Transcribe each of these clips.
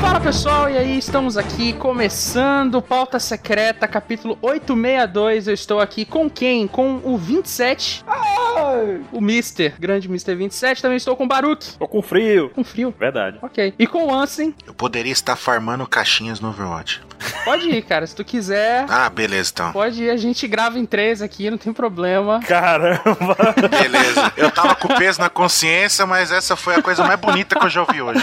Fala pessoal, e aí estamos aqui começando Pauta Secreta, capítulo 862. Eu estou aqui com quem? Com o 27. O Mister, grande Mister 27. Também estou com o Baruque. Tô com frio. Com frio. Verdade. Ok. E com o Ansem. Eu poderia estar farmando caixinhas no Overwatch. Pode ir, cara. Se tu quiser, Ah, beleza então. pode ir. A gente grava em três aqui, não tem problema. Caramba. Beleza. Eu tava com peso na consciência, mas essa foi a coisa mais bonita que eu já ouvi hoje.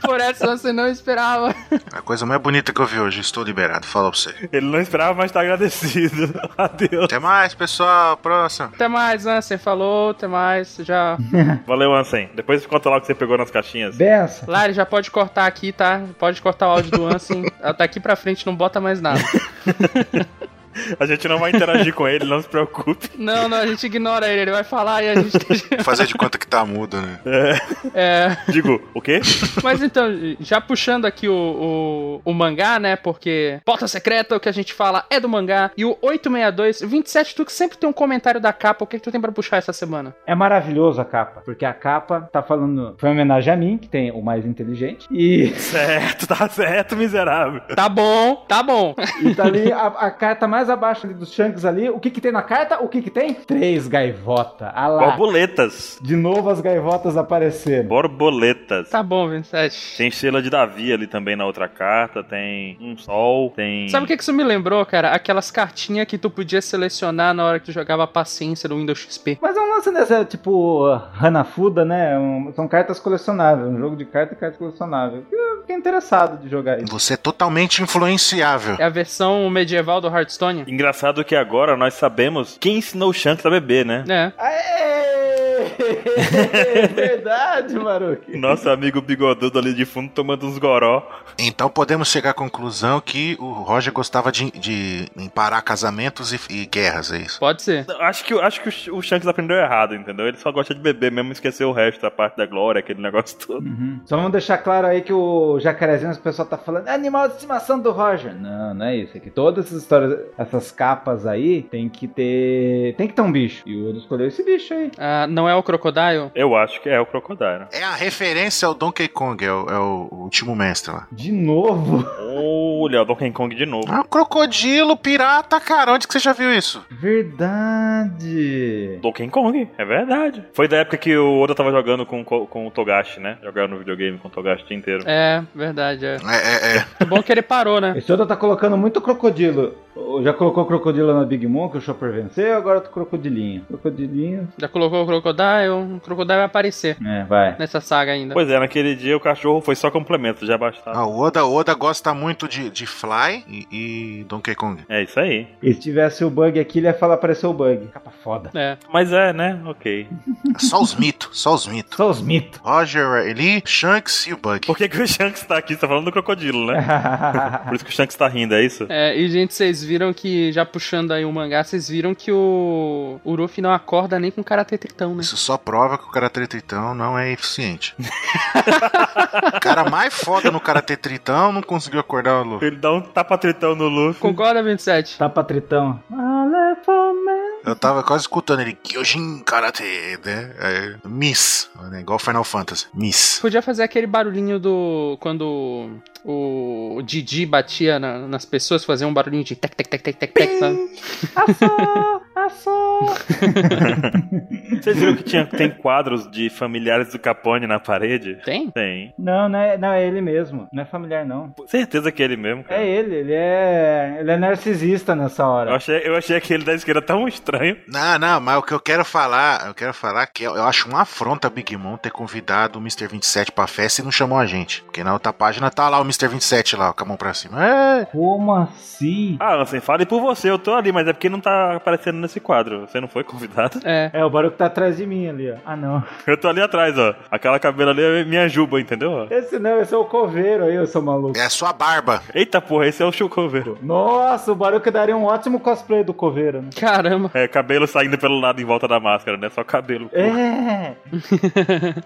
Por essa você não esperava. A coisa mais bonita que eu vi hoje. Estou liberado, fala pra você. Ele não esperava, mas tá agradecido. Adeus. Até mais, pessoal. Próximo. Até mais, Ansem. Falou, até mais. Já. Valeu, Ansem. Depois conta lá o que você pegou nas caixinhas. Beça. Lari, já pode cortar aqui, tá? Pode cortar o áudio do Ansem. Daqui pra frente não bota mais nada. A gente não vai interagir com ele, não se preocupe. Não, não, a gente ignora ele, ele vai falar e a gente. Fazer de conta que tá mudo, né? É. Digo, o quê? Mas então, já puxando aqui o, o, o mangá, né? Porque Porta Secreta, o que a gente fala é do mangá. E o 862, 27, tu que sempre tem um comentário da capa, o que, que tu tem pra puxar essa semana? É maravilhoso a capa, porque a capa tá falando. Foi uma homenagem a mim, que tem o mais inteligente. E, Certo, tá certo, miserável. Tá bom, tá bom. e tá ali a, a carta mais abaixo ali dos Shanks ali. O que que tem na carta? O que que tem? Três gaivota. Ah lá. Borboletas. De novo as gaivotas aparecendo. Borboletas. Tá bom, 27. Tem estrela de Davi ali também na outra carta. Tem um sol. Tem. Sabe o que que isso me lembrou, cara? Aquelas cartinhas que tu podia selecionar na hora que tu jogava a paciência do Windows XP. Mas é um lance dessa, tipo, Hanafuda, né? Um- são cartas colecionáveis. Um jogo de carta e carta colecionável. Eu fiquei interessado de jogar isso. Você é totalmente influenciável. É a versão medieval do Hearthstone? Engraçado que agora nós sabemos quem ensinou o Shanks a beber, né? É. Aê! Verdade, Maruki. Nosso amigo bigodudo ali de fundo tomando uns goró. Então podemos chegar à conclusão que o Roger gostava de, de parar casamentos e, e guerras, é isso. Pode ser. Acho que, acho que o Shanks aprendeu errado, entendeu? Ele só gosta de beber mesmo, e esqueceu o resto da parte da glória, aquele negócio todo. Uhum. Só vamos deixar claro aí que o jacarezinho, o pessoal tá falando, "É animal de estimação do Roger. Não, não é isso. É que todas essas histórias, essas capas aí, tem que ter. Tem que ter um bicho. E o Odo escolheu esse bicho aí. Ah, não é o Crocodile? Eu acho que é o Crocodile. É a referência ao Donkey Kong, é o, é o último mestre lá. De novo. Olha, o Donkey Kong de novo. Ah, crocodilo, pirata, cara, onde que você já viu isso? Verdade. Donkey Kong, é verdade. Foi da época que o Oda tava jogando com, co- com o Togashi, né? Jogando no videogame com o Togashi o dia inteiro. É, verdade, é. É, é, é. Que bom que ele parou, né? Esse Oda tá colocando muito crocodilo. Ô, Já colocou crocodilo na Big Mom, que o Chopper venceu, agora o crocodilinho. Crocodilinho. Já colocou o Crocodile, o Crocodile vai aparecer É, vai. nessa saga ainda. Pois é, naquele dia o cachorro foi só complemento, já bastava. Ah, o Oda, o Oda gosta muito de, de Fly e, e Donkey Kong. É isso aí. E se tivesse o bug aqui, ele ia falar, apareceu o bug. Capa foda. É. Mas é, né? Ok. É Só os mitos, só os mitos. Só os mitos. Roger, Eli, Shanks e o Bug. Por que, que o Shanks tá aqui? Você tá falando do crocodilo, né? Por isso que o Shanks tá rindo, é isso? É, e gente, vocês viram que, já puxando aí o mangá, vocês viram que o, o Ruffy não acorda nem com Karate Tritão, né? Isso só prova que o Karate Tritão não é eficiente. o cara mais foda no Karate Tritão não conseguiu acordar o Luffy. Ele dá um tapa tritão no Luffy. Concorda, 27? Tapa tritão. Eu tava quase escutando ele, Kyojin Karate, né? É, miss, né? igual Final Fantasy. Miss. Podia fazer aquele barulhinho do. Quando o, o Didi batia na- nas pessoas, fazer um barulhinho de tec, tec, tec, tec, tec, tec, sabe? Vocês viram que tinha, tem quadros de familiares do Capone na parede? Tem? Tem. Não, não é, não, é ele mesmo. Não é familiar, não. Certeza que é ele mesmo, cara. É ele, ele é. Ele é narcisista nessa Eu hora. achei, eu achei aquele da esquerda tão estranho. Não, não, mas o que eu quero falar, eu quero falar que eu, eu acho uma afronta a Big Mom ter convidado o Mr. 27 pra festa e não chamou a gente. Porque na outra página tá lá o Mr. 27 lá, com a mão pra cima. É, Como assim? Ah, Ansem, fale por você, eu tô ali, mas é porque não tá aparecendo nesse quadro. Você não foi convidado? É. É, o barulho que tá atrás de mim ali, ó. Ah, não. Eu tô ali atrás, ó. Aquela cabelo ali é minha juba, entendeu? Esse não, esse é o coveiro aí, eu sou maluco. é a sua barba. Eita porra, esse é o Chucover. Nossa, o barulho que daria um ótimo cosplay do coveiro, né? Caramba. É, cabelo saindo pelo lado em volta da máscara, né? Só cabelo. É!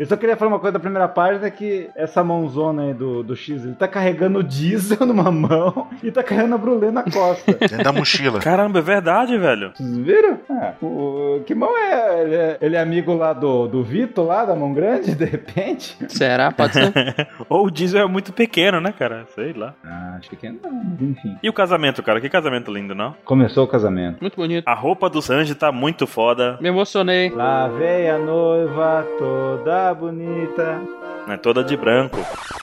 eu só queria falar uma coisa da primeira página, que essa mãozona aí do, do X, ele tá carregando o diesel numa mão e tá carregando a brulé na costa. Dentro da mochila. Caramba, é verdade, velho. Vocês viram? Ah, o o Kimon é. Ele é, ele é amigo lá do, do Vitor, lá da Mão Grande, de repente. Será? Pode ser. Ou o diesel é muito pequeno, né, cara? Sei lá. Ah, acho que não, mas enfim. E o casamento, cara? Que casamento lindo, não? Começou o casamento. Muito bonito. A roupa do Sanji tá muito foda. Me emocionei. Lá veio a noiva toda bonita. né? Toda de branco.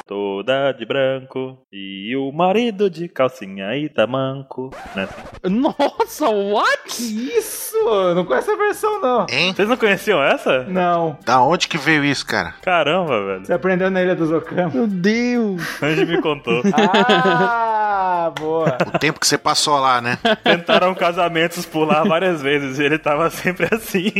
Toda de branco. E o marido de calcinha e tamanco. Né? Nossa, what? Que isso? Eu não conheço essa versão, não. Hein? Vocês não conheciam essa? Não. Da onde que veio isso, cara? Caramba, velho. Você aprendeu na Ilha dos Ocamos. Meu Deus. Sanji me contou. Ah, boa. O tempo que você passou lá, né? Tentaram casamentos por lá várias vezes e ele tava sempre assim.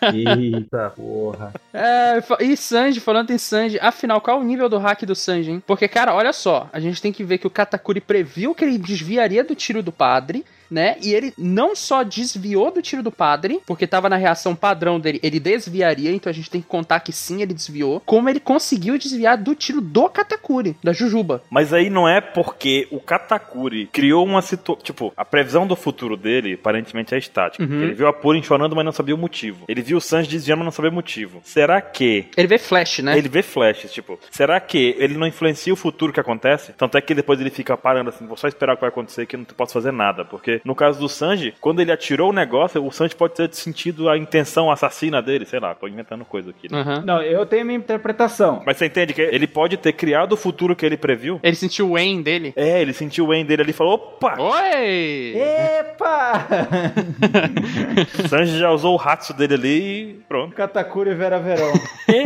Eita porra. É, fa- e Sanji, falando em Sanji, afinal, qual o nível do hack do Sanji, hein? Porque, cara, olha só, a gente tem que ver que o Katakuri previu que ele desviaria do tiro do padre, né? E ele não só desviou do tiro do padre, porque tava na reação padrão dele, ele desviaria, então a gente tem que contar que sim, ele desviou, como ele conseguiu desviar do tiro do Katakuri, da Jujuba. Mas aí não é porque o Katakuri criou uma situação. Tipo, a previsão do futuro dele aparentemente é estática. Uhum. Ele viu a Purin chorando, mas não sabia o motivo. Ele viu o Sanji desviando, mas não sabia o motivo. Será que Ele vê flash, né? Ele vê flashes, tipo, será que ele não influencia o futuro que acontece? Tanto é que depois ele fica parando assim, vou só esperar o que vai acontecer que eu não posso fazer nada. Porque no caso do Sanji, quando ele atirou o negócio, o Sanji pode ter sentido a intenção assassina dele, sei lá, tô inventando coisa aqui. né? Aham. Não, eu tenho minha interpretação. Mas você entende que ele pode ter criado o futuro que ele previu? Ele sentiu o Wayne dele. É, ele sentiu o Wayne dele ali e falou: opa! Oi! Epa! O Sanji já usou o ratso dele ali e pronto. Katakuri e Vera Verão.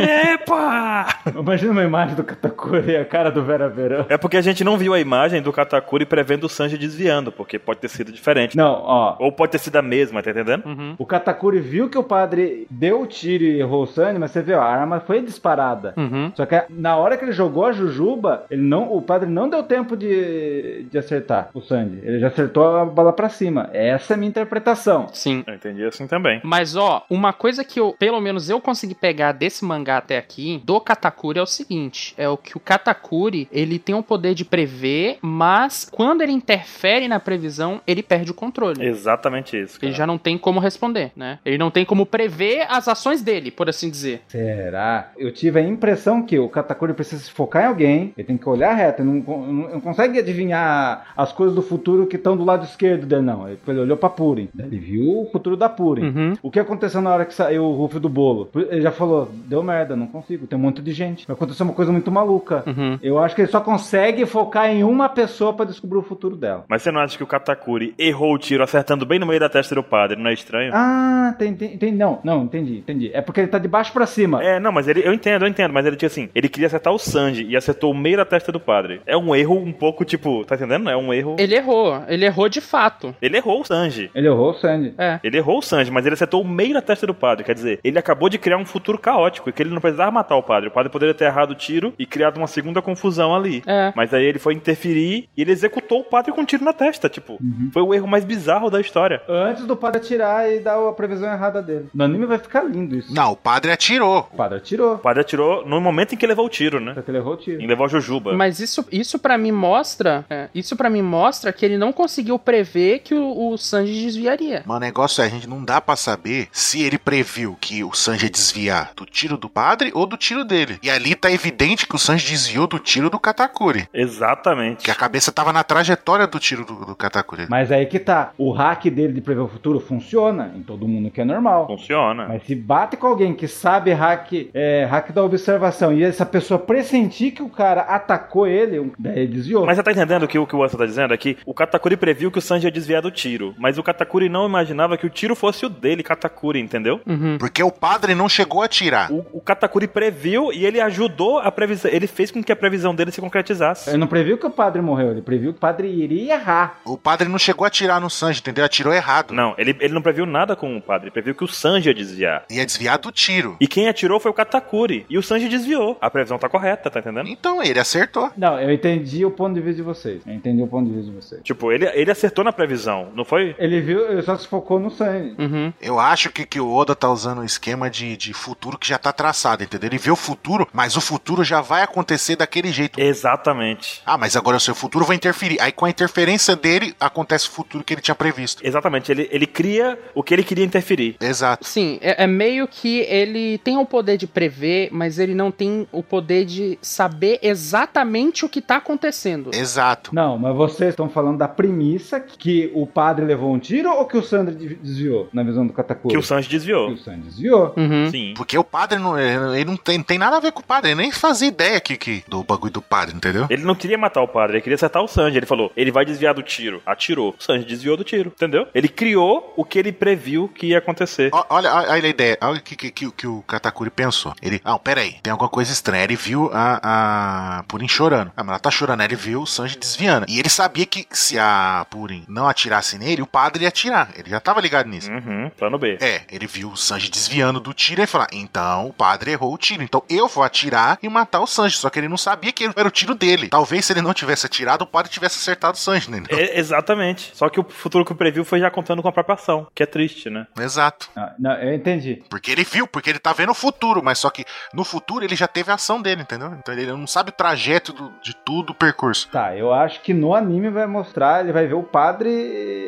Epa! Imagina uma imagem do Katakuri e a cara do Vera Verão. É porque a gente não viu a imagem do Katakuri prevendo o Sanji desviando, porque pode ter sido diferente. né? Não, ó. Ou pode ter sido a mesma, tá entendendo? Uhum. O Katakuri viu que o padre deu o tiro e errou o Sunny, mas você vê, ó, a arma foi disparada. Uhum. Só que na hora que ele jogou a Jujuba, ele não, o padre não deu tempo de, de acertar o Sandy. Ele já acertou a bala pra cima. Essa é a minha interpretação. Sim. Eu entendi assim também. Mas ó, uma coisa que eu, pelo menos eu consegui pegar desse mangá até aqui, do Katakuri é o seguinte, é o que o Katakuri, ele tem o poder de prever, mas quando ele interfere na previsão, ele perde o controle. Exatamente isso. Ele Cara. já não tem como responder, né? Ele não tem como prever as ações dele, por assim dizer. Será? Eu tive a impressão que o Katakuri precisa se focar em alguém, ele tem que olhar reto, ele não, con- não- não consegue adivinhar as coisas do futuro que estão do lado esquerdo dele, não. Ele, ele olhou pra Purim, ele viu o futuro da Purim. Uhum. O que aconteceu na hora que saiu o Ruff do bolo? Ele já falou, deu merda, não consigo, tem um monte de gente. Aconteceu uma coisa muito maluca. Uhum. Eu acho que ele só consegue focar em uma pessoa pra descobrir o futuro dela. Mas você não acha que o Katakuri errou o tiro acertando bem no meio da testa do padre? Não é estranho? Ah, tem, tem, tem- não, não, entendi, entendi. É porque ele tá de baixo pra cima. É, não, mas ele, eu entendo, eu entendo, mas ele tinha assim, ele queria acertar o Sanji e acertou o meio da testa do padre. É um erro um pouco tipo, tá entendendo? É um erro. Ele errou, ele errou de fato. Ele errou o Sanji. Ele errou o Sandy. É. Ele errou o Sanji, mas ele acertou o meio da testa do padre. Quer dizer, ele acabou de criar um futuro caótico e que ele não precisava matar o padre. O padre poderia ter errado o tiro e criado uma segunda confusão ali. É. Mas aí ele foi interferir e ele executou o padre com um tiro na testa. Tipo, Uhum. foi o erro mais bizarro da história. Antes do padre atirar e dar a previsão errada dele. No anime vai ficar lindo isso. Não, o padre atirou. O padre atirou. O padre atirou no momento em que levou o tiro, né? Só que ele errou o tiro. Em levar o Jujuba. Mas isso, isso para mim mostra, é, isso para mim mostra que ele não conseguiu prever que o, o Sanji desviaria. Mas o negócio é, a gente não dá pra saber se ele previu que o Sanji ia desviar do tiro do padre ou do tiro dele. E ali tá evidente que o Sanji desviou do tiro do Katakuri. Que Exatamente. a cabeça tava na trajetória do tiro do, do Katakuri. Mas aí que tá. O hack dele de prever o futuro funciona em todo mundo que é normal. Funciona. Mas se bate com alguém que sabe hack, é, hack da observação e essa pessoa pressentir que o cara atacou ele, um- daí ele desviou. Mas você tá entendendo que o que o Anson tá dizendo é que o Katakuri previu que o Sanji ia desviar do tiro. Mas o Katakuri não imaginava que o tiro fosse o dele, Katakuri, entendeu? Uhum. Porque o padre não chegou a atirar. O, o Katakuri previu e ele ajudou a previsão. Ele fez com que a previsão dele se concretizasse. Ele não previu que o padre morreu, ele previu que o padre iria errar. O padre não chegou a atirar no Sanji, entendeu? Atirou errado. Não, ele, ele não previu nada com o padre. Ele previu que o Sanji ia desviar. Ia desviar é do tiro. E quem atirou foi o Katakuri. E o Sanji desviou. A previsão tá correta, tá entendendo? Então ele acertou. Não, eu entendi o ponto de vista de vocês. Eu entendi o ponto de vista de vocês. Tipo, ele, ele acertou na previsão, não foi? Ele viu, ele só se focou no sangue. Uhum. Eu acho que, que o Oda tá usando no esquema de, de futuro que já tá traçado, entendeu? Ele vê o futuro, mas o futuro já vai acontecer daquele jeito. Exatamente. Ah, mas agora o seu futuro vai interferir. Aí com a interferência dele, acontece o futuro que ele tinha previsto. Exatamente. Ele, ele cria o que ele queria interferir. Exato. Sim, é, é meio que ele tem o poder de prever, mas ele não tem o poder de saber exatamente o que tá acontecendo. Exato. Não, mas vocês estão falando da premissa que o padre levou um tiro ou que o Sandro de- desviou na visão do Katakuri? Que o Sanji Que desviou. o Sandro desviou. Uhum. Sim. Porque o padre não, ele não tem, não tem nada a ver com o padre, ele nem fazia ideia que, que do bagulho do padre, entendeu? Ele não queria matar o padre, ele queria acertar o Sanji. Ele falou, ele vai desviar do tiro. Atirou. O Sanji desviou do tiro, entendeu? Ele criou o que ele previu que ia acontecer. Ó, Olha, olha, olha a ideia, olha o que, que, que, o- que o Katakuri pensou. Ele, ah, peraí, tem alguma coisa estranha. Ele viu a, a Purim chorando. Ah, mas ela tá chorando, aí ele viu o Sanji desviando. E ele sabia que se a Purim não atirasse nele, o padre ia atirar. Ele já tava ligado nisso. Uhum, plano B. É, ele viu o Sanji desviando do tiro e falou: então o padre errou o tiro, então eu vou atirar e matar o Sanji. Só que ele não sabia que era o tiro dele. Talvez se ele não tivesse atirado, o padre tivesse acertado o Sanji, né? É, exatamente. Só que o futuro que previu foi já contando com a própria ação, que é triste, né? Exato. Ah, não, eu entendi. Porque ele viu, porque ele tá vendo o futuro, mas só que no futuro ele já teve a ação dele, entendeu? Então ele não sabe o trajeto do- de tudo o percurso. Tá, eu acho que no anime vai mostrar, ele vai ver o padre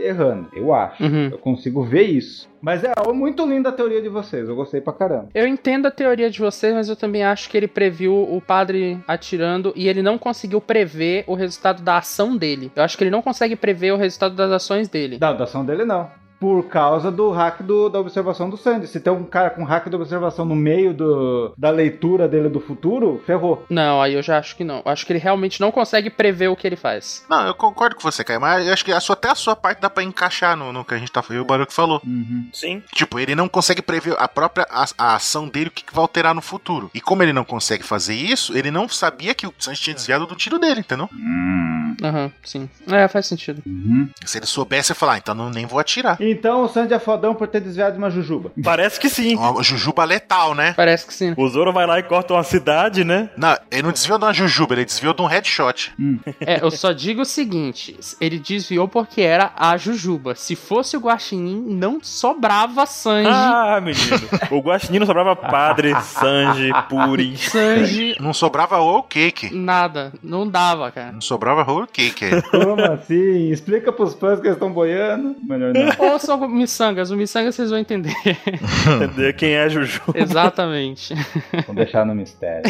errando. Eu acho. Uhum. Eu consigo ver isso. Mas é ó, muito linda a teoria de vocês. Eu gostei pra caramba. Eu entendo a teoria de vocês, mas eu também acho que ele previu o padre atirando e ele não conseguiu prever o resultado da ação dele. Eu acho que ele não consegue prever o resultado das ações dele. Não, da ação dele não. Por causa do hack do- da observação do Sandy. Se tem um cara com hack da observação no meio do- da leitura dele do futuro, ferrou. Não, aí eu já acho que não. Eu acho que ele realmente não consegue prever o que ele faz. Não, eu concordo com você, Caio, mas eu acho que a sua- até a sua parte dá pra encaixar no, no que a gente tá falando, o Baruch falou. Sim. Tipo, ele não consegue prever a própria a, a ação dele, o que, que vai alterar no futuro. E como ele não consegue fazer isso, ele não sabia que o Sanji tinha desviado do tiro dele, entendeu? Aham, sim. É, faz sentido. Se ele soubesse, ia falar, "Ah, então não, nem vou atirar. Então o Sandy é fodão por ter desviado de uma jujuba. Parece que sim. Uma jujuba letal, né? Parece que sim. O Zoro vai lá e corta uma cidade, né? Não, ele não desviou de uma jujuba, ele desviou de um headshot. É, eu só digo o seguinte: ele desviou porque era a Jujuba. Se fosse o Guaxinim, não sobrava Sanji. Ah, menino. O Guaxinim não sobrava padre, Sanji, Puri. Sanji, Não sobrava whole cake. nada. Não dava, cara. Não sobrava whole cake aí. Como assim? Explica pros fãs que eles estão boiando. Melhor não. Ouçam o Missangas, o Missangas vocês vão entender. Entender quem é Juju. Exatamente. Vou deixar no mistério.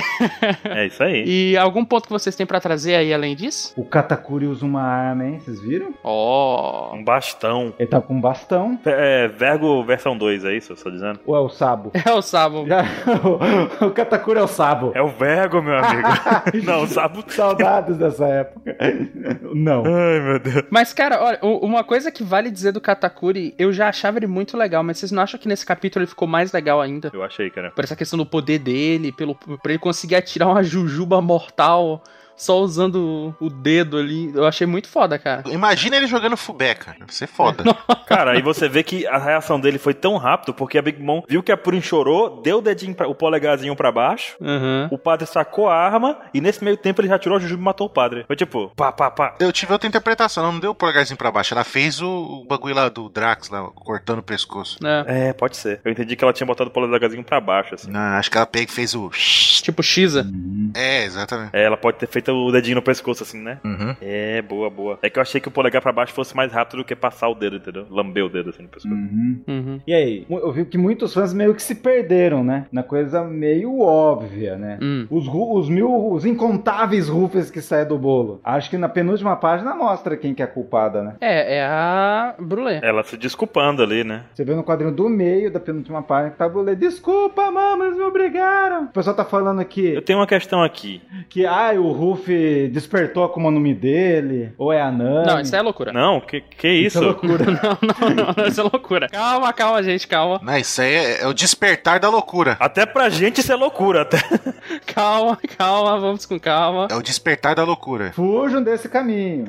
É isso aí. E algum ponto que vocês têm pra trazer aí além disso? O Katakuri usa uma arma, hein? Vocês viram? Ó. Um bastão. Ele tá com um bastão. É, Vergo versão 2, é isso? Eu estou dizendo? Ou é o Sabo? É o Sabo. Já- o, o Katakuri é o Sabo. É o Vergo, meu amigo. não, sabe? Saudades dessa época. Não. Ai, meu Deus. Mas, cara, olha, u- uma coisa que vale dizer do Katakuri, eu já achava ele muito legal, mas vocês não acham que nesse capítulo ele ficou mais legal ainda? Eu achei, cara. Por essa questão do poder dele, pelo, pra ele conseguir atirar uma jujuba mortal só usando o dedo ali. Eu achei muito foda, cara. Imagina ele jogando fubé, cara. Deve ser foda. Cara, aí você vê que a reação dele foi tão rápido, porque a Big Mom viu que a Purim chorou, deu o dedinho, pra, o polegarzinho pra baixo, Aham. o padre sacou a arma, e nesse meio tempo ele já tirou a Jujuba e matou o padre. Foi tipo, pá, pá, pá. Eu tive outra interpretação, ela não deu o polegarzinho pra baixo. Ela fez o, o bagulho lá do Drax, lá, cortando o pescoço. É. É, pode ser. Eu entendi que ela tinha botado o polegarzinho pra baixo, assim. Não, acho que ela pega e fez o. Tipo Xa. É, exatamente. É, ela pode ter feito o dedinho no pescoço, assim, né? Uhum. É, boa, boa. É que eu achei que o polegar pra baixo fosse mais rápido do que passar o dedo, entendeu? Lamber o dedo, assim, no pescoço. Uhum. Uhum. E aí? Mu- Eu vi que muitos fãs meio que se perderam, né? Na coisa meio óbvia, né? Hum. Os, ru- os mil, os incontáveis rufes que saem do bolo. Acho que na penúltima página mostra quem que é a culpada, né? É, é a Brulé. Ela se desculpando ali, né? Você vê no quadrinho do meio da penúltima página que tá bolê. Desculpa, mama, eles me obrigaram. O pessoal tá falando Eu que, tenho uma questão aqui. que ai, o Ruff despertou como o nome dele. Ou é a Nami. Não, isso é loucura. Não, que, que isso? é loucura. Não, não, não, isso é loucura. Calma, calma, gente, calma. Não, isso aí é, é o despertar da loucura. Até pra gente isso é loucura, até. Calma, calma, vamos com calma. É o despertar da loucura. Fujam desse caminho.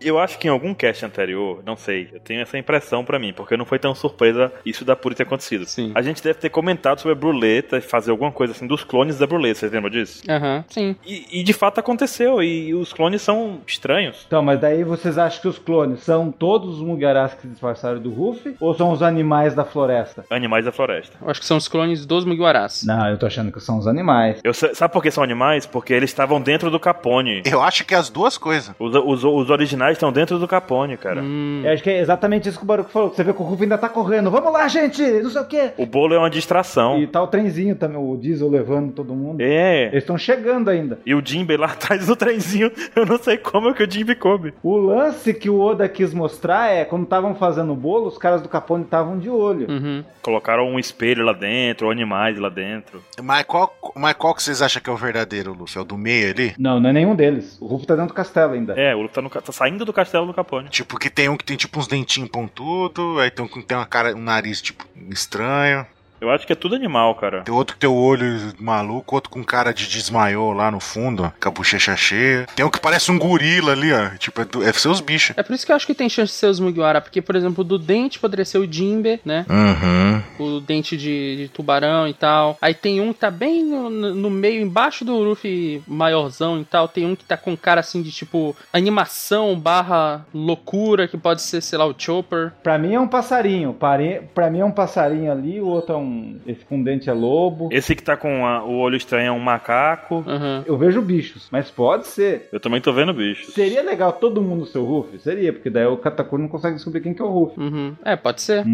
Eu acho que em algum cast anterior, não sei, eu tenho essa impressão pra mim, porque não foi tão surpresa isso da Puri ter acontecido. Sim. A gente deve ter comentado sobre a Bruleta fazer alguma coisa assim dos clones da Bruleta, vocês lembram disso? Aham. Aham, sim. E, e de fato aconteceu, e os clones são estranhos. Então, mas daí vocês acham que os clones são todos os Mugiarás que se disfarçaram do Ruffy ou são os animais da floresta? Animais da floresta. Eu acho que são os clones dos Mugiwaras. Não, eu tô achando que são os animais. Eu, sa- sabe por que são animais? Porque eles estavam dentro do Capone. Eu acho que é as duas coisas. Os, os- os originais estão dentro do Capone, cara. Hum. Eu acho que é exatamente isso que o Baruco falou. que Você vê que o Ruffy ainda tá correndo. Vamos lá, gente! Não sei o quê. O bolo é uma distração. E tá o trenzinho também, o diesel levando todo mundo. É. Eles estão chegando ainda. E o Jimbe lá atrás do trenzinho, eu não sei como é que o Jimbe come. O lance que o Oda quis mostrar é, quando estavam fazendo o bolo, os caras do Capone estavam de olho. Uhum. Colocaram um espelho lá dentro, animais lá dentro. Mas qual, mas qual que vocês acham que é o verdadeiro, Luffy? É o do meio ali? Não, não é nenhum deles. O Ruffy tá dentro do castelo ainda. É, o Luffy tá, no ca- tá saindo do castelo do Capone. Tipo, que tem um que tem tipo uns dentinhos pontudo, aí tem um que tem uma cara, um nariz tipo estranho, Eu acho que é tudo animal, cara. tem outro que tem o olho maluco, outro com cara de desmaiou lá no fundo, ó, com a bochecha cheia. Tem um que parece um gorila ali, ó. Tipo, é, do, é seus bichos. É por isso que eu acho que tem chance de ser os Mugiwara, porque, por exemplo, do dente poderia ser o Jimbe, né? Uhum. O dente de, de tubarão e tal. Aí tem um que tá bem no, no meio, embaixo do Luffy maiorzão e tal. Tem um que tá com cara assim de tipo animação barra loucura, que pode ser, sei lá, o Chopper. Pra mim é um passarinho. Pare- Pra mim é um passarinho ali, o outro é um... Esse com dente é lobo. Esse que tá com a- o olho estranho é um macaco. Aham. Eu vejo bichos, mas pode ser. Eu também tô vendo bicho. Seria legal todo mundo ser o Ruffy? Seria, porque daí o Katakuri não consegue descobrir quem que é o Ruffy. Uhum. É, pode ser.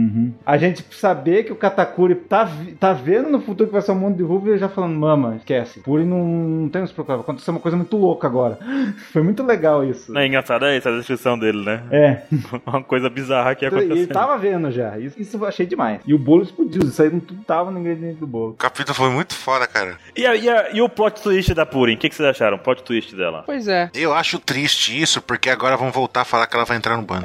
A gente saber que o Katakuri tá, vi- tá vendo no futuro que vai ser um mundo de Ruby e já falando, mama, esquece. Puri não, não tem nos procurar, vai acontecer uma coisa muito louca agora. Foi muito legal isso. Não é engraçado é essa descrição dele, né? É, Uma coisa bizarra que então, ele aconteceu. tava vendo já. Isso, isso eu achei demais. E o bolo explodiu, isso aí não tudo tava no ingrediente do bolo. O capítulo foi muito foda, cara. E, a- e a- e o plot twist da Purim? O que, que vocês acharam? O plot twist dela? Pois é. Eu acho triste isso, porque agora vão voltar a falar que ela vai entrar no bando.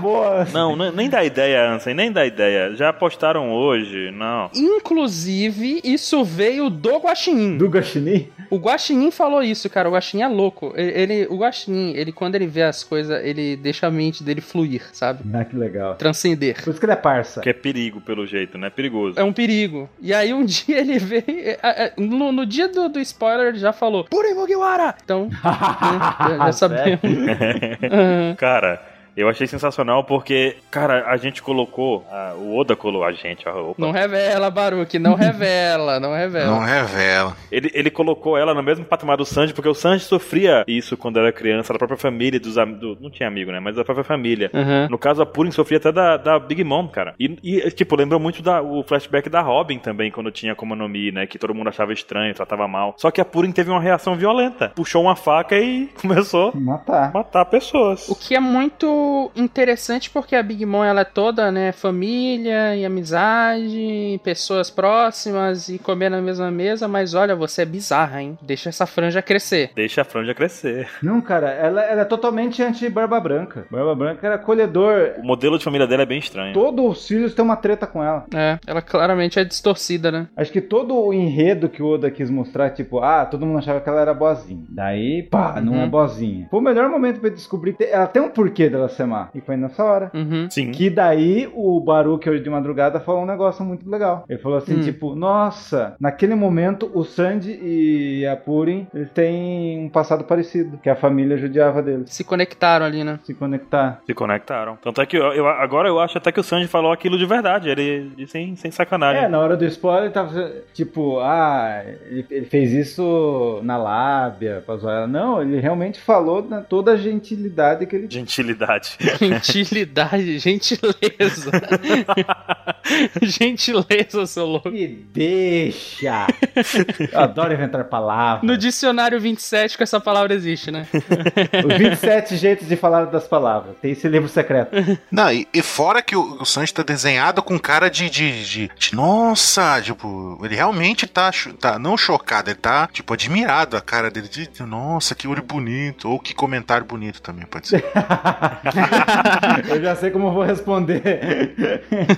Boa! Não, ne- nem dá ideia, Ansem, nem dá ideia. Já postaram hoje, não. Inclusive, isso veio do Guaxinim. Do Guaxinim? O Guaxinim falou isso, cara. O Guaxinim é louco. Ele, ele- o Guaxinim, ele quando ele vê as coisas, ele deixa a mente dele fluir, sabe? Ah, que legal. Transcender. Por isso que ele é parça. Que é perigo, pelo jeito, né? Perigoso. É um perigo. E aí um dia ele veio. é, é, No, no dia do, do spoiler, ele já falou: Pura Mugiwara! Então, né, já, Ah, já sabemos. Aham. Cara, eu achei sensacional porque, cara, a gente colocou. a- o Oda colou a gente, a roupa. Não revela, Baruque, não revela, não Não revela. revela. Ele, ele colocou ela no mesmo patamar do Sanji, porque o Sanji sofria isso quando era criança, da própria família, dos amigos. Não tinha amigo, né? Mas da própria família. Aham. No caso, a Purim sofria até da, da Big Mom, cara. E, e, tipo, lembrou muito da, o flashback da Robin também, quando tinha como nome, né? Que todo mundo achava estranho, tratava mal. Só que a Purim teve uma reação violenta. Puxou uma faca e começou a Matar. matar pessoas. O que é muito interessante porque a Big Mom ela é toda, né, família e amizade, e pessoas próximas e comer na mesma mesa, mas olha, você é bizarra, hein? Deixa essa franja crescer. Deixa a franja crescer. Não, cara, ela, ela é totalmente anti-Barba Branca. Barba Branca era acolhedor. O modelo de família dela é bem estranho. Todo o Sirius tem uma treta com ela. É, ela claramente é distorcida, né? Acho que todo o enredo que o Oda quis mostrar, tipo, ah, todo mundo achava que ela era boazinha. Daí, pá, não Uhum. é boazinha. Foi o melhor momento pra descobrir. que Ela tem um porquê dela ser má. E foi nessa hora. Uhum. Sim. Que daí o Baruque hoje de madrugada falou um negócio muito legal. Ele falou assim, Hum. tipo, nossa, naquele momento o Sandy e a Purin, eles têm um passado parecido, que a família judiava deles. Se conectaram ali, né? Se conectar. Se conectaram. Tanto é que eu, eu- agora eu acho até que o Sanji falou aquilo de verdade. Ele disse sem, sem sacanagem. É, na hora do spoiler ele tava fazendo, tipo, ah, ele, ele fez isso na lábia pra zoar ela. Não, ele realmente falou na toda a gentilidade que ele tinha. Gentilidade. Gentilidade, gentileza. gentileza, seu louco. Me deixa! Eu adoro inventar palavras. No dicionário 27 que essa palavra existe, né? Os 27 jeitos de falar das palavras. Tem esse livro secreto. Não, e, e fora que o, o Sanji tá desenhado com cara de, de, de- de- Nossa! Tipo, ele realmente tá, cho- tá. Não chocado, ele tá, tipo, admirado a cara dele. De, de, nossa, que olho bonito. Ou que comentário bonito também, pode ser. Eu já sei como eu vou responder.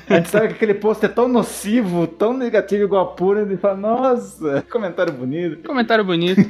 A gente sabe que aquele post é tão nocivo, tão negativo igual a pura, ele fala, nossa, que comentário bonito. Comentário bonito.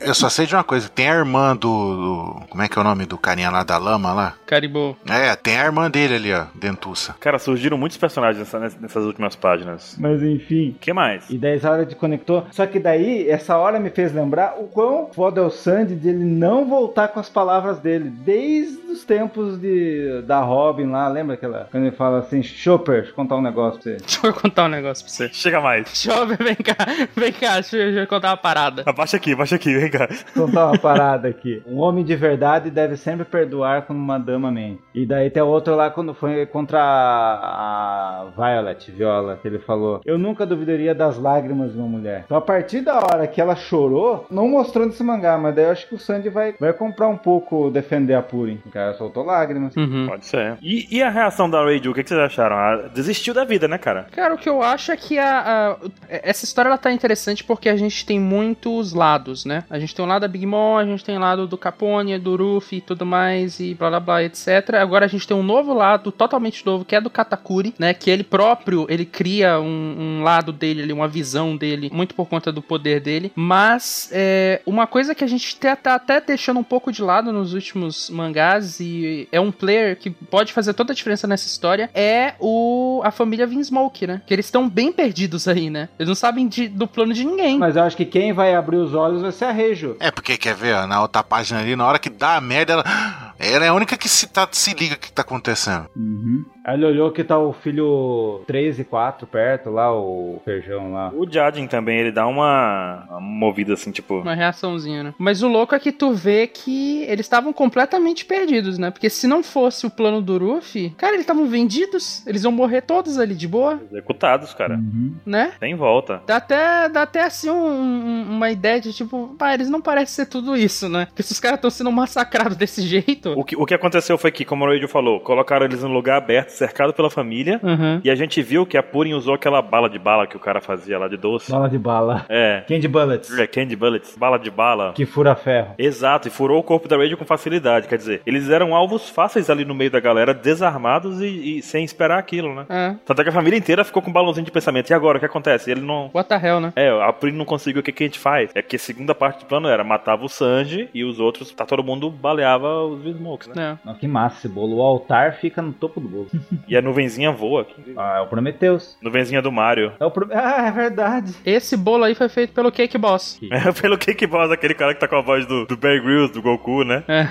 Eu só sei de uma coisa: tem a irmã do. do- como é que é o nome do carinha lá da lama lá? Caribou. É, tem a irmã dele ali, ó, Dentuça. Cara, surgiram muitos personagens nessa- nessas, últimas páginas. Mas enfim. O que mais? E daí essa hora de conectou. Só que daí, essa hora me fez lembrar o quão foda é o Sandy de ele não voltar com as palavras dele. Desde os tempos de, da Robin lá, lembra aquela? Quando ele fala assim, Chopper, deixa eu contar um negócio pra você. Deixa eu contar um negócio pra você. Chega mais. Jovem, vem cá, vem cá, deixa eu, deixa eu contar uma parada. Abaixa aqui, abaixa aqui, vem cá. contar Então tá uma parada aqui. Um homem de verdade deve sempre perdoar quando uma dama mente. E daí tem outro lá quando foi contra a a Violet, Viola, que ele falou: Eu nunca duvidaria das lágrimas de uma mulher. Então a partir da hora que ela chorou, não mostrou nesse mangá, mas daí eu acho que o Sandy vai, vai comprar um pouco defender a Purim. O cara soltou lágrimas. Uhum. Pode ser. E, e a reação da Raju, o que, que vocês acharam? Ela desistiu da vida, né, cara? Cara, o que eu acho é que a, a- essa história ela tá interessante porque a gente tem muitos lados, né? A gente tem o lado da Big Mom, a gente tem o lado do Capone, do Ruffy e tudo mais, e blá blá blá, etc. Agora a gente tem um novo lado, totalmente novo, que é do Katakuri, né? Que ele próprio, ele cria um, um lado dele, ali, uma visão dele, muito por conta do poder dele. Mas é, uma coisa que a gente tá, tá até deixando um pouco de lado nos últimos mangás, e é um player que pode fazer toda a diferença nessa história, é o a família Vinsmoke, né? Que eles estão bem perdidos aí, né? Eles não sabem de- do plano de ninguém. Mas eu acho que quem vai abrir os olhos vai ser a Rejo. É, porque quer ver, ó, na outra página ali, na hora que dá a merda, ela, ela é a única que se, tá- se liga o que tá acontecendo. Aí ele olhou que tá o filho 3 e 4 perto lá, o feijão lá. O Jadin também, ele dá uma, uma movida assim, tipo. Uma reaçãozinha, né? Mas o louco é que tu vê que eles estavam completamente perdidos, né? Porque se não fosse o plano do Ruffy, cara, eles estavam vendidos. Eles iam morrer todos ali de boa, Executados, cara. Uhum. né? Tem volta. Dá até, dá até assim um- um- uma ideia de tipo, pá, eles não parecem ser tudo isso, né? Porque se os caras estão sendo massacrados desse jeito. O que, o que aconteceu foi que, como o Raju falou, colocaram eles num lugar aberto, cercado pela família. Uhum. E a gente viu que a Purin usou aquela bala de bala que o cara fazia lá de doce. Bala de bala. É. Candy Bullets. Candy Bullets, bala de bala. Que fura ferro. Exato, e furou o corpo da Rage com facilidade. Quer dizer, eles eram alvos fáceis ali no meio da galera, desarmados e, e sem esperar aquilo, né? É. Tanto é que a família inteira ficou com um balãozinho de pensamento. E agora, o que acontece? Ele não. What the hell, né? É, a Prin não conseguiu, o que, que a gente faz? É que a segunda parte do plano era matava o Sanji e os outros, tá todo mundo baleava os Smokes, né? É. Nossa, que massa esse bolo. O altar fica no topo do bolo. E a nuvenzinha voa. ah, é o Prometheus. Nuvenzinha do Mario. É o Pro- Ah, é verdade. Esse bolo aí foi feito pelo Cake Boss. É pelo Cake Boss, aquele cara que tá com a voz do, do Bear Grylls, do Goku, né? É.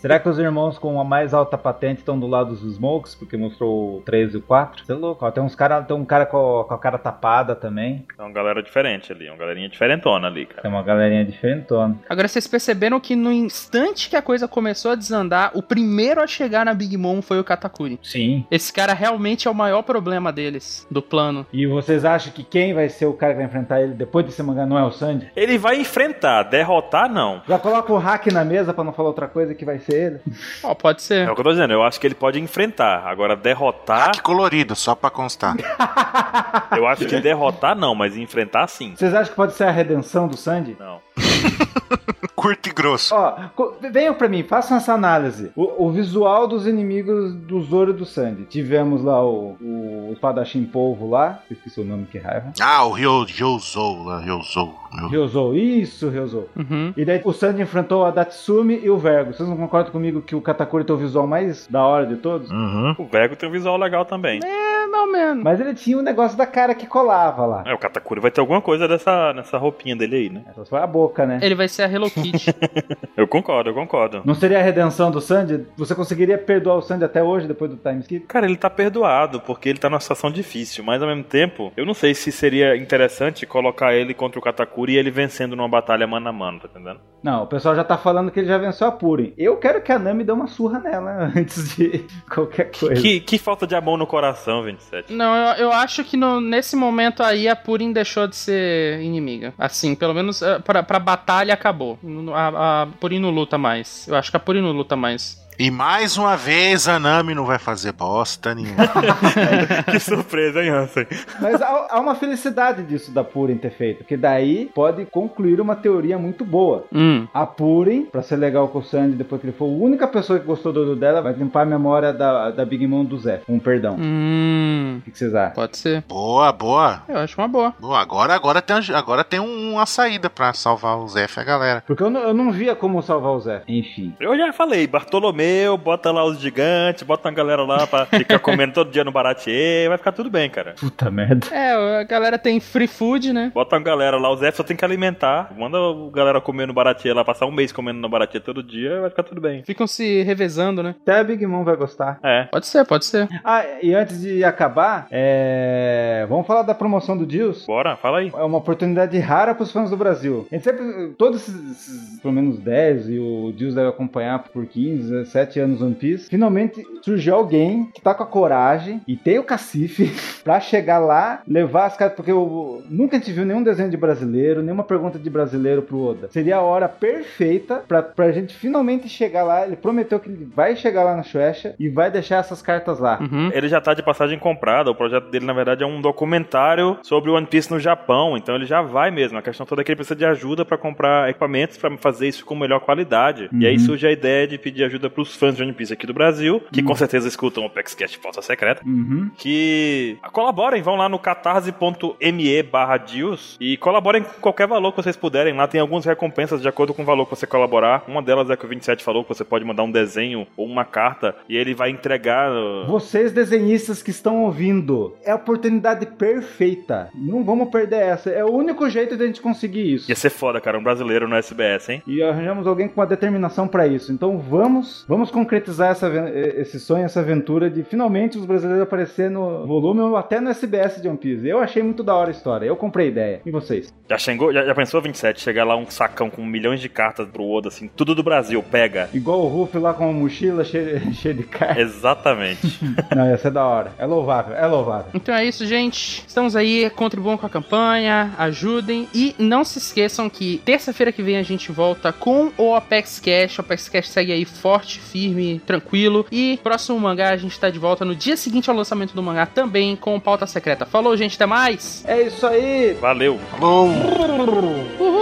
Será que os irmãos com a mais alta patente estão do lado dos Smokes? Porque mostrou o 3 e o 4. Você é louco. Ó, tem uns cara, tem um cara com, com a cara tapada também. É uma galera diferente ali, uma galerinha diferentona ali, cara. Tem uma galerinha diferentona. Agora vocês perceberam que no instante que a coisa começou a desandar, o primeiro a chegar na Big Mom foi o Katakuri. Sim. Esse cara realmente é o maior problema deles, do plano. E vocês acham que quem vai ser o cara que vai enfrentar ele depois desse mangá não é o Sandy? Ele vai enfrentar, derrotar não. Já coloca o hack na mesa pra não falar outra coisa que vai ser ele. Ó, pode É ser. o que eu tô dizendo, eu acho que ele pode enfrentar. Agora, derrotar, Ah, Que colorido, só pra constar. eu acho que derrotar não, mas enfrentar sim. Vocês acham que pode ser a redenção do Sandy? Não. Curto e grosso. Ó, co- venham pra mim, façam essa análise. O, o visual dos inimigos do Zoro e do Sandy. Tivemos lá o, o espadachim polvo lá. Esqueci o nome, que raiva. Ah, o Ryo- Ryozou lá, Ryozou. Meu- Ryozou, isso, Ryozou. Uhum. E daí o Sandy enfrentou a Datsumi e o Vergo. Vocês não concordam comigo que o Katakuri tem o visual mais da hora de todos? Uhum. O Vego tem um visual legal também. É, não, menos. Mas ele tinha um negócio da cara que colava lá. É, o Katakuri vai ter alguma coisa dessa, nessa roupinha dele aí, né? Essa foi a boca, né? Ele vai ser a Hello Kitty. Eu concordo, eu concordo. Não seria a redenção do Sandy? Você conseguiria perdoar o Sandy até hoje, depois do time skip? Cara, ele tá perdoado, porque ele tá numa situação difícil, mas ao mesmo tempo, eu não sei se seria interessante colocar ele contra o Katakuri e ele vencendo numa batalha mano a mano, tá entendendo? Não, o pessoal já tá falando que ele já venceu a Purim. Eu quero que a Nami dê uma surra nela antes de qualquer coisa. Que, que falta de amor no coração, 27. não, eu, eu acho que no- nesse momento aí a Purim deixou de ser inimiga. Assim, pelo menos eh, pra, pra batalha acabou. A, a Purim não luta mais. Eu acho que a Purim não luta mais. E mais uma vez a Nami não vai fazer bosta nenhuma. que surpresa, hein, Hansen? Mas há, há uma felicidade disso da Purim ter feito, porque daí pode concluir uma teoria muito boa. Hum. A Purim, pra ser legal com o Sandy, depois que ele for a única pessoa que gostou do olho dela, vai limpar a memória da, da Big Mom do Zé. Um perdão. Hum. O que que vocês acham? Pode ser. boa, boa. Eu acho uma boa. Boa, agora, agora tem, agora tem um- uma saída pra salvar o Zé e a galera. Porque eu não, eu não via como salvar o Zé. Enfim. Eu já falei, Bartolomeu, bota lá os gigantes, bota uma galera lá pra ficar comendo todo dia no Baratê, vai ficar tudo bem, cara. Puta merda. É, a galera tem free food, né? Bota uma galera lá, o Zé só tem que alimentar. Manda a galera comer no Baratê lá, passar um mês comendo no Baratê todo dia, vai ficar tudo bem. Ficam se revezando, né? Até a Big Mom vai gostar. É. Pode ser, pode ser. Ah, e antes de acabar, é... vamos falar da promoção do Deals? Bora, fala aí. É uma oportunidade rara pros fãs do Brasil. A gente sempre, todos esses, esses, pelo menos 10, e o Deus deve acompanhar por 15, 17 anos One Piece. Finalmente surgiu alguém que tá com a coragem e tem o cacife pra chegar lá, levar as caras. Porque eu, nunca a gente viu nenhum desenho de brasileiro, nenhuma pergunta de brasileiro pro Oda. Seria a hora perfeita pra, pra gente finalmente chegar lá. Ele prometeu que ele vai chegar lá na Shueisha e vai deixar essas cartas lá. Uhum. Ele já tá de passagem comprada. O projeto dele, na verdade, é um documentário sobre One Piece no Japão. Então ele já vai mesmo. A questão toda é que ele precisa de ajuda pra comprar equipamentos pra fazer isso com melhor qualidade. E aí Uhum. surge a ideia de pedir ajuda pros fãs de One Piece aqui do Brasil, que com certeza escutam o PEXCast Pauta Secreta. Uhum. Que colaborem, vão lá no catarse.me barra Deals e colaborem com qualquer valor que vocês puderem. Lá tem algumas recompensas de acordo com o valor que você colaborar. Uma delas é que o 27 falou que você pode mandar um desenho ou uma carta e ele vai entregar. uh, Vocês desenhistas que estão ouvindo, é a oportunidade perfeita. Não vamos perder essa. É o único jeito de a gente conseguir isso. Ia ser foda, cara, um brasileiro no SBS, hein? E arranjamos alguém com uma determinação para isso. Então vamos, vamos concretizar essa, aven- eh, esse sonho, essa aventura de finalmente os brasileiros aparecer no volume ou até no SBS de One Piece. Eu achei muito da hora a história. Eu comprei a ideia. E vocês? Já chegou, já, já pensou 27, chegar lá um sacão com milhões de cartas pro Oda, assim, tudo do Brasil, pega. Igual o Ruff lá com uma mochila cheia, cheia de carne. Exatamente. Não, ia ser da hora. É louvável, é louvável. Então é isso, gente. Estamos aí, contribuam com a campanha, ajudem. E não se esqueçam que terça-feira que vem a gente volta com o Apex Cash. O Apex Cash segue aí forte, firme, tranquilo. E próximo mangá a gente tá de volta no dia seguinte ao lançamento do mangá também com pauta secreta. Falou, gente, até mais! É isso aí! Valeu. Alô! Uhul.